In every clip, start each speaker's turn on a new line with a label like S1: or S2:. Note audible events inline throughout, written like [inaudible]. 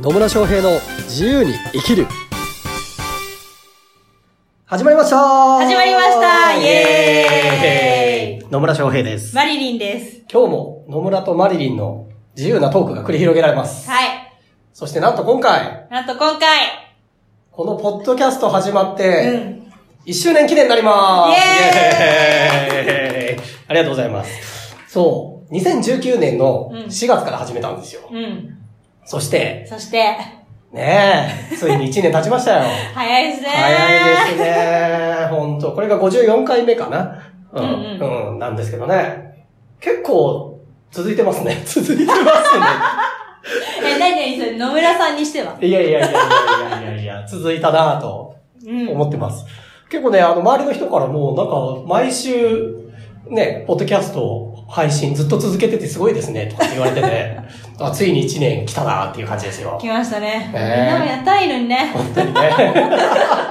S1: 野村翔平の自由に生きる始まりました
S2: 始
S1: 始
S2: まりましたイエ
S1: ーイ野村翔平です。
S2: マリリンです。
S1: 今日も野村とマリリンの自由なトークが繰り広げられます。
S2: はい。
S1: そしてなんと今回、
S2: なんと今回、
S1: このポッドキャスト始まって、
S2: うん。
S1: 1周年記念になります
S2: イ
S1: イエーイありがとうございます。そう、2019年の
S2: うん
S1: 4月から始めたんですよ。
S2: うん。
S1: そして、
S2: そして、
S1: ねえ、ついに1年経ちましたよ。
S2: 早いですね。
S1: 早いですね。 [laughs] 本当これが54回目かな。うん
S2: うん、う
S1: うん、なんですけどね。結構、続いてますね。 [laughs] 続いてます
S2: え、何々それ、野村さんにしては。
S1: ね。いやいやいやいやいやいやいや、続いたなぁと
S2: うん。
S1: 思ってます。結構ね、あの、周りの人からもう、なんか、毎週、ね、ポッドキャスト配信ずっと続けててすごいですね、とかって言われて [laughs] ね、あついに1年来たなっていう感じですよ。
S2: 来ましたね。みん
S1: ね
S2: なもやったいのにね。
S1: 本当にね。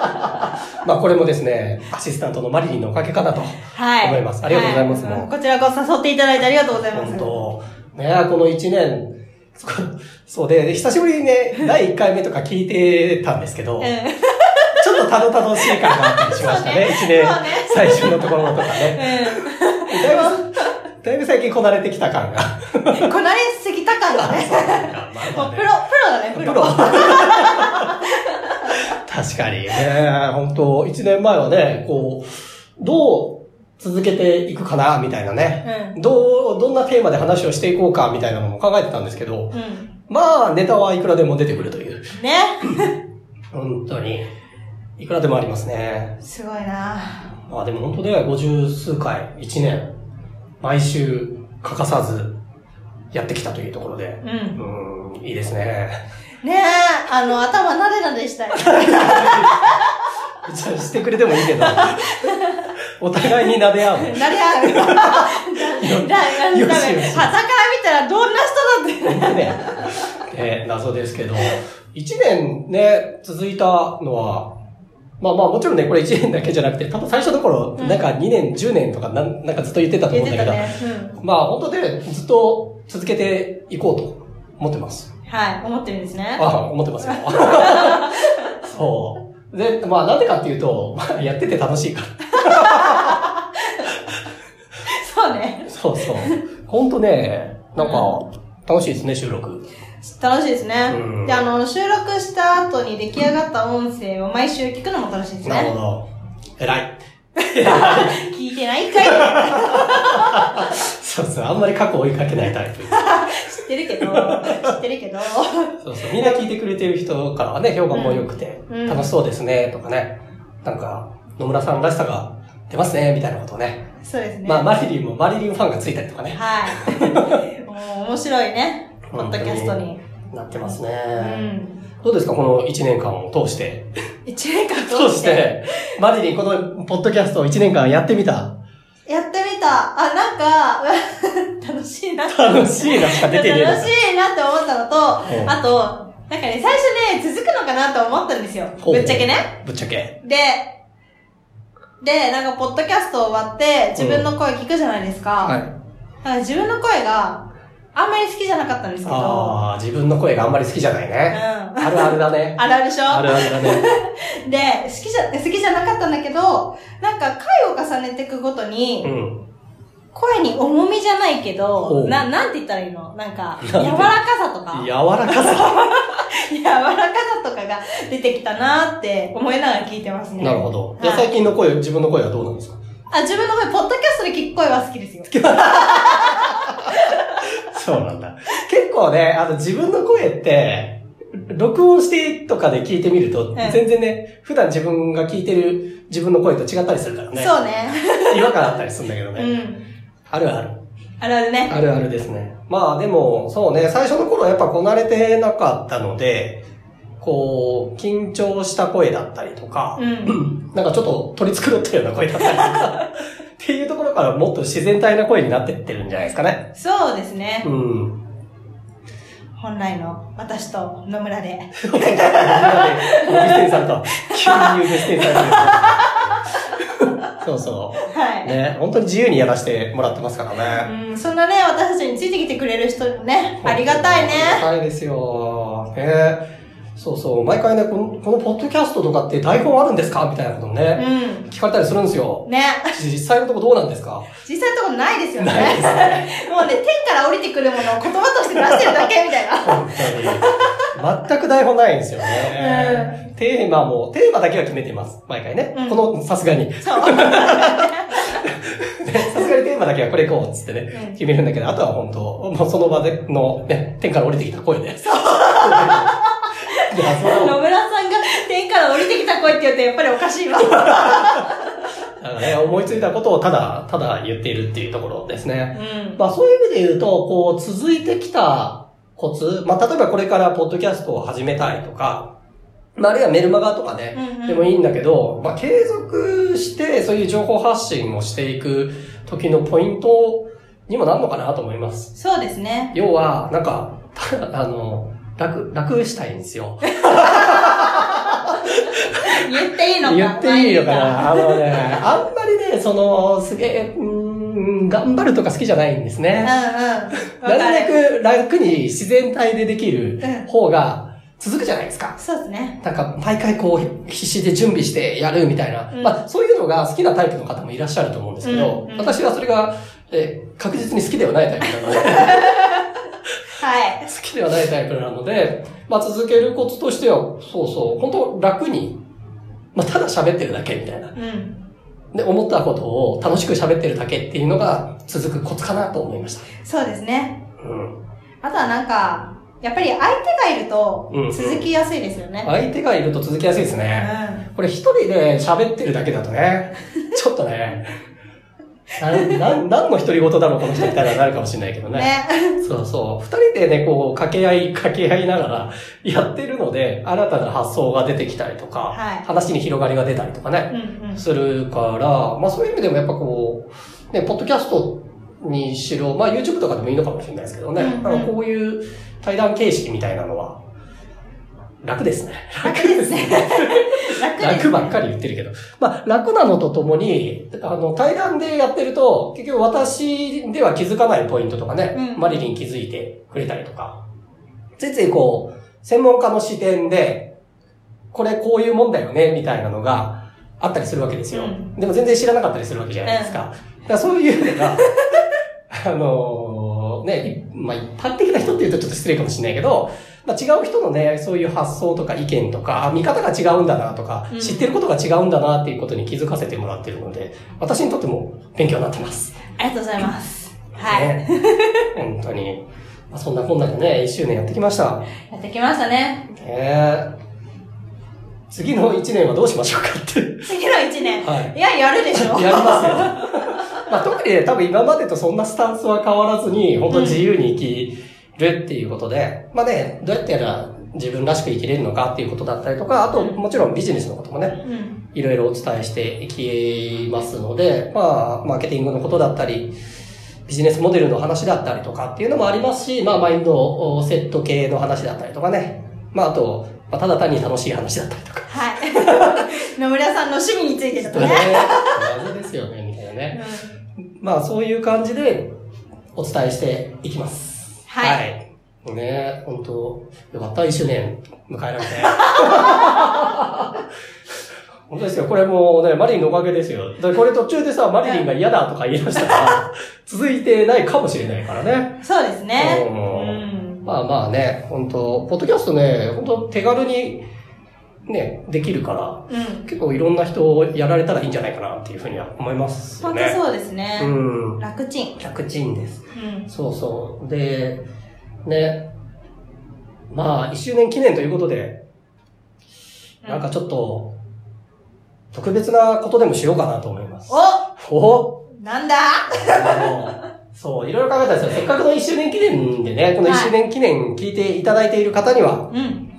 S1: [laughs] まあ、これもですね、アシスタントのマリリンのおかげかなと。
S2: はい。
S1: 思いますありがとうございます
S2: はこちらこそ誘っていただいてありがとうございます。
S1: 本当。ねこの一年、 [laughs] そそうで、久しぶりにね、第1回目とか聞いてたんですけど、
S2: うん。
S1: ちょっとたどたどしい感があったりしましたね、一、
S2: そう
S1: 年、
S2: ね
S1: 最初のところとか
S2: [laughs]
S1: ね。
S2: う
S1: だいぶ、だいぶ最近こなれてきた感
S2: [laughs]
S1: が。
S2: ん。こなれすぎた感がね。もうプロ、プロだね、プ
S1: プ
S2: ロ。
S1: ロ [laughs] 確かにね、本当一年前はね、こう、どう続けていくかな、みたいなね。どう、どんなテーマで話をしていこうか、みたいなのも考えてたんですけど、
S2: うん。うん。
S1: まあ、ネタはいくらでも出てくるという。
S2: ね。
S1: 本当に。いくらでもありますね。
S2: すごいな
S1: まあでも本当で50数回、1年、毎週欠かさずやってきたというところで
S2: う。。
S1: うんーん、いいですね。
S2: ねえ、あの、頭なでなでしたい。
S1: じゃあしてくれてもいい
S2: [laughs]
S1: けど、お互いに撫で [laughs] 合う。
S2: なり合う。だ、だ、だ、
S1: よしよし
S2: はたから見たらどんな人だって。
S1: ね。ね、謎ですけど、1年ね、続いたのは、まあまあもちろんね、これ1年だけじゃなくて、多分最初の頃、
S2: うん
S1: なんか2年、10年とかなん、なんかずっと言ってたと
S2: 言
S1: 思
S2: っ
S1: うん
S2: て
S1: だけ
S2: た
S1: ど、
S2: ね。うん。
S1: まあ本当でずっと続けていこうと思ってます。
S2: はい、思ってるんですね。
S1: あ思ってます
S2: [laughs]
S1: よ。そう。で、まあなんでかっていうと、まあやってて楽しいか
S2: そうね。
S1: ら。そうそう。本当ね、なんか楽しいですね、収録。
S2: 楽しいですね
S1: うん。
S2: で、あの、収録した後に出来上がった音声を毎週聞くのも楽しいです
S1: なるほ
S2: ね。
S1: ど。偉い。
S2: 聞いてないかい
S1: そうそう、あんまり過去追いかけないタ
S2: [laughs]
S1: イプ。
S2: 知ってるけど、知ってるけど。
S1: そうそう、みんな聞いてくれてる人からはね、評判も良くて、
S2: うん
S1: 楽しそうですね、とかね。なんか、野村さんらしさが出ますね、みたいなことをね。
S2: そうですね。
S1: まあ、マリリンもマリリンファンがついたりとかね。
S2: はい。もう面白いね。ポッドキャストに。
S1: なってます
S2: う
S1: ね。
S2: ん。
S1: どうですかこの1年間を通して。
S2: 一年間
S1: 通
S2: 通
S1: し
S2: して。
S1: て、マリリンこのポッドキャストを1年間やってみた。
S2: やってみた。あ、なんか、 [laughs] 楽しいなって思った
S1: 楽しいなしか出てねえな
S2: 楽しいなって思ったの
S1: うん
S2: と、あと、なんかね、最初ね、続くのかなと思ったんですよ。ぶっちゃけね。。
S1: ぶっちゃけ。
S2: で、で、なんか、ポッドキャスト終わって、自分の声聞くじゃないですか。
S1: はい。
S2: なんか自分の声が、あんまり好きじゃなかったんですけど、
S1: ああ、自分の声があんまり好きじゃないうね。
S2: ん。
S1: あるあるだね。
S2: あるあるでしょ
S1: あるあるだね。
S2: で、好きじゃ、好きじゃなかったんだけど、なんか、回を重ねていくごとに、
S1: うん。
S2: 声に重みじゃないけ
S1: お
S2: ど
S1: う、
S2: な、なんて言ったらいいのなんか、
S1: なん
S2: 柔
S1: て
S2: らかさとか
S1: 柔、らかさ。
S2: [laughs] 柔らかさとかが出てきたなって思いながら聞いてますね。
S1: [laughs] なるほど。で、
S2: はい
S1: 最近の声、自分の声はどうなんですか
S2: あ、自分の声、ポッドキャストで聞く声は好きですよ。
S1: そうなんだ。結構ね、あの自分の声って、録音してとかで聞いてみると、
S2: ん
S1: 全然ね、普段自分が聞いてる自分の声と違ったりするからね。
S2: そうね。
S1: 違和感あったりするんだけど
S2: う
S1: ね。
S2: ん。
S1: あるある。
S2: あるあるね。
S1: あるあるですね。まあでも、そうね、最初の頃やっぱこなれてなかったので、こう、緊張した声だったりとか、
S2: うん。
S1: なんかちょっと取り繕ったような声だったりと
S2: [laughs]
S1: か、っていうところからもっと自然体な声になってってるんじゃないですかね。
S2: そうですね
S1: う。ん。
S2: [laughs] 本来の私と野村で。
S1: みんなで呼び捨てにされた。急に呼び捨てにされた。そうそ
S2: は
S1: う。
S2: い。
S1: ね、本当に自由にやらせてもらってますからね。
S2: うん、そんなね、私たちについてきてくれる人もね、ありがたいね。
S1: ありがたいですよ。ね。そうそう。毎回ね、この、このポッドキャストとかって台本あるんですかみたいなこともね、
S2: う
S1: 聞かれたりするんですよ。
S2: ん。ね。
S1: 実際のとこどうなんですか
S2: 実際のところないですよね。
S1: ないです
S2: [laughs] もうね、天から降りてくるものを言葉として出してるだけみたいな。
S1: 本当に。全く台本ないんですよね。テーマも、テーマだけは決めてます。毎回ね。
S2: うん
S1: この、さすがに。
S2: [laughs]
S1: ね
S2: そう。
S1: さすがにテーマだけはこれこう、つってね、
S2: うん
S1: 決めるんだけど、あとは本当、もうその場での、
S2: [laughs]
S1: ね、天から降りてきた声で。そう。 [laughs] いや、そう。
S2: 野村さんが天から降りてきた声って言うとやっぱりおかしいわ。
S1: だからね、思いついたことをただ、ただ言っているっていうところですね。
S2: うん。
S1: まあそういう意味で言うと、こう、続いてきたコツ、まあ例えばこれからポッドキャストを始めたいとか、まああるいはメルマガとかね、
S2: うんうん
S1: でもいいんだけど、まあ継続してそういう情報発信をしていく時のポイントにもなるのかなと思います。
S2: そうですね。
S1: 要は、なんか、 [laughs] たあの、楽、楽したいんですよ。
S2: 言っていいのか
S1: 言っていいのかなあのね、あんまりね、その、すげえ、うーん、頑張るとか好きじゃないんですね。
S2: ないうんうん。
S1: な
S2: わかる。
S1: るべく楽に自然体でできる
S2: うん
S1: 方が続くじゃないですか。
S2: そうですね。
S1: なんか、毎回こう、必死で準備してやるみたいな。
S2: うん
S1: まあ、そういうのが好きなタイプの方もいらっしゃると思うんですけど、
S2: うんうん
S1: 私はそれが、えー確実に好きではないタイプなので、
S2: [laughs] はい。
S1: 好きではないタイプなので、まあ、続けるコツとしては、そうそう、本当楽に、まあ、ただ喋ってるだけみたいな。
S2: うん。
S1: で、思ったことを楽しく喋ってるだけっていうのが続くコツかなと思いまし
S2: そうですね。
S1: た。うん。
S2: あとはなんか、やっぱり相手がいると
S1: うんうん
S2: 続きやすいですよね。
S1: 相手がいると続きやすいですね。
S2: う
S1: これ一人で喋ってるだけだと
S2: [laughs]
S1: ね、ちょっとね、なん、なん、何の独り言だろうこの人みたいななるかもしれないけど
S2: ん。
S1: ね。
S2: ね。
S1: そうそう。二人でね、こう、掛け合い、掛け合いながらやってるので、新たな発想が出てきたりとか、
S2: はい
S1: 話に広がりが出たりとかね、
S2: うんうん。
S1: するから、まあそういう意味でもやっぱこう、ね、ポッドキャストにしろ、まあ YouTube とかでもいいのかもしれないですけどね、
S2: うんうん
S1: なんかこういう対談形式みたいなのは、楽ですね。
S2: 楽ですね。楽です。
S1: 楽ばっかり言ってるけど。まあ、楽なのとともに、あの、対談でやってると、結局私では気づかないポイントとかね、
S2: うん
S1: マリリン気づいてくれたりとか、ついついこう、専門家の視点で、これこういうもんだよね、みたいなのがあったりするわけですよ。
S2: うん
S1: でも全然知らなかったりするわけじゃないですか。だからそういうのが、あのーね、いまあ、一般的な人って言うとちょっと失礼かもしれないけど、まあ、違う人のね、そういう発想とか意見とか、あ見方が違うんだなとか、
S2: うん
S1: 知ってることが違うんだなっていうことに気づかせてもらってるので、私にとっても勉強になってます。
S2: ありがとうございます。はい。
S1: ね、本当に。まあ、そんなこんなでね、1周年やってきました。ね
S2: やってきましたね。
S1: え次の1年はどうしましょうかって。
S2: 次の1年。
S1: はい
S2: い、や、やるでしょ。
S1: [laughs] やりますよ。まあ、特にね、多分今までとそんなスタンスは変わらずに、本当に自由に生きるっていうことで、まあね、どうやってやら自分らしく生きれるのかっていうことだったりとか、あと、もちろんビジネスのこともね、
S2: うん。
S1: いろいろお伝えしていきますので、まあ、マーケティングのことだったり、ビジネスモデルの話だったりとかっていうのもありますし、まあ、マインドセット系の話だったりとかね。まあ、あと、まあ、ただ単に楽しい話だったりとか。
S2: はい。野村さんの趣味についてちょっとね。
S1: [laughs] 謎ですよね、みたいな
S2: うん
S1: ね。まあ、そういう感じでお伝えしていきます。
S2: はい
S1: はいね本当よかった、1周年迎えられ
S2: [laughs]
S1: て。本当ですよ。これもうね、マリリンのおかげですよ。だからこれ途中でさ、マリリンが嫌だとか言い出したら、続いてないかもしれないからね。
S2: そうですね。
S1: う
S2: うんん。
S1: まあまあね、本当ポッドキャストね、本当手軽に、ね、できるから、
S2: うん。
S1: 結構いろんな人をやられたらいいんじゃないかなっていうふうには思いますよ
S2: 本
S1: ね。
S2: 当そうですね。
S1: うん。
S2: 楽ちん。
S1: 楽ちんです。
S2: うん。
S1: そうそう。で、ね、まあ、一周年記念ということで、なんかちょっと、特別なことでもしようかなと思います。
S2: お
S1: お
S2: なんだ
S1: あのそう、いろいろ考えたんですよ。せっかくの一周年記念でね、この一周年記念聞いていただいている方には、
S2: うん。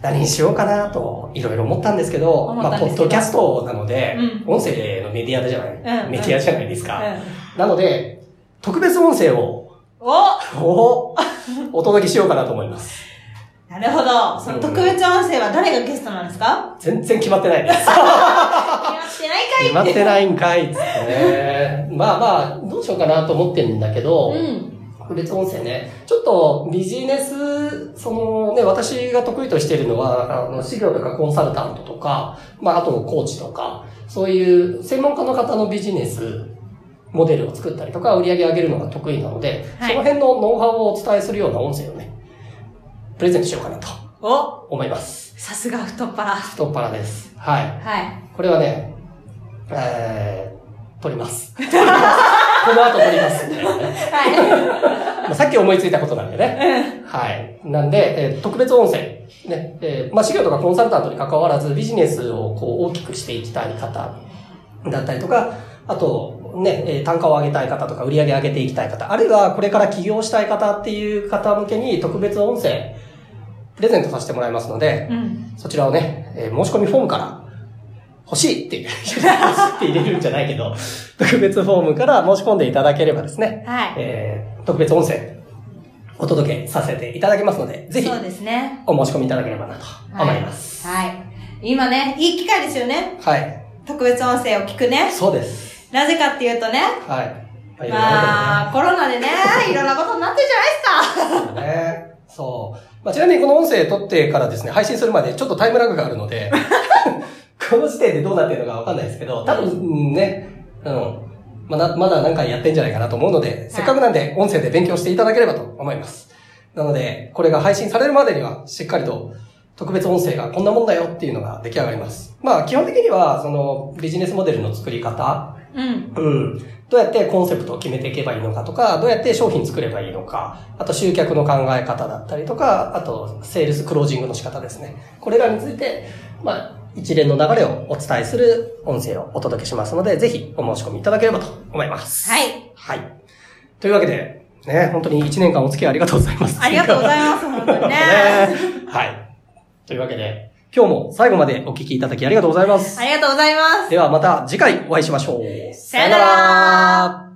S1: 何にしようかなと、いろいろ思ったんですけど、
S2: 思
S1: ま
S2: った
S1: あ、
S2: ん
S1: ポッ
S2: ですけど
S1: ドキャストなので、
S2: う
S1: 音声のメディアじゃない、
S2: うん
S1: メディアじゃないですか。
S2: うん
S1: なので、特別音声を
S2: お [laughs]
S1: おお届けしようかなと思います。
S2: なるほど。その特別音声は誰がゲストなんですか
S1: 全然決まってないです。
S2: 決まってってないか
S1: 決まって
S2: い
S1: ないんかいっつってね。まあまあ、どうしようかなと思ってんだけど、
S2: うん。
S1: 別音声ね。ちょっとビジネス、そのね、私が得意としているのは、あの、資料とかコンサルタントとか、まあ、あとコーチとか、そういう専門家の方のビジネス、モデルを作ったりとか、売り上げ上げるのが得意なので、
S2: はい
S1: その辺のノウハウをお伝えするような音声をね、プレゼントしようかなと
S2: お
S1: 思います。
S2: さすが太っ腹。
S1: 太っ腹です。はい。
S2: はい。
S1: これはね、えー、撮ります。 [laughs] この後撮りますみたいなね。
S2: は
S1: まあさっき思いついたことなんでね。はい。なんで、えー特別音声。ね。えーまあ、資料とかコンサルタントに関わらず、ビジネスをこう大きくしていきたい方だったりとか、あと、ね、えー単価を上げたい方とか、売り上げ上げていきたい方、あるいはこれから起業したい方っていう方向けに特別音声、プレゼントさせてもらいますので
S2: い。、うん。
S1: そちらをね、えー申し込みフォームから、欲しいっていう、欲しいって入れるんじゃないけど、特別フォームから申し込んでいただければですね、
S2: はい。
S1: えー特別音声、お届けさせていただきますので、ぜひ
S2: そう、ですね。
S1: お申し込みいただければなと
S2: はい
S1: 思います。
S2: はい。今ね、いい機会ですよね。
S1: はい。
S2: 特別音声を聞くね。
S1: そうです。
S2: なぜかっていうとね、
S1: はい。
S2: まあ、コロナでね、いろんなことになってるじゃな
S1: [laughs]
S2: いですか。
S1: いろいろあるんだけどね。そう。まあ、ちなみにこの音声撮ってからですね、配信するまでちょっとタイムラグがあるので、 [laughs] この時点でどうなってるのかわかんないですけど、多分うんね、うん。まだ、まだ何回やってんじゃないかなと思うので、せっかくなんで音声で勉強していただければと思います。なので、これが配信されるまでには、しっかりと特別音声がこんなもんだよっていうのが出来上がります。まあ、基本的には、その、ビジネスモデルの作り方、
S2: うん。
S1: うん。どうやってコンセプトを決めていけばいいのかとか、どうやって商品作ればいいのか、あと集客の考え方だったりとか、あとセールスクロージングの仕方ですね。これらについて、まあ、一連の流れをお伝えする音声をお届けしますので、ぜひお申し込みいただければと思います。。
S2: はいい。
S1: はい。というわけで、ね、本当に1年間お付き合いありがとうございます。
S2: ありがとうございます、本当に
S1: [laughs]
S2: ね。
S1: ね。はい。というわけで、今日も最後までお聞きいただきありがとうございます
S2: あ。りがとうございます。
S1: ではまた次回お会いしましょう。
S2: さよなら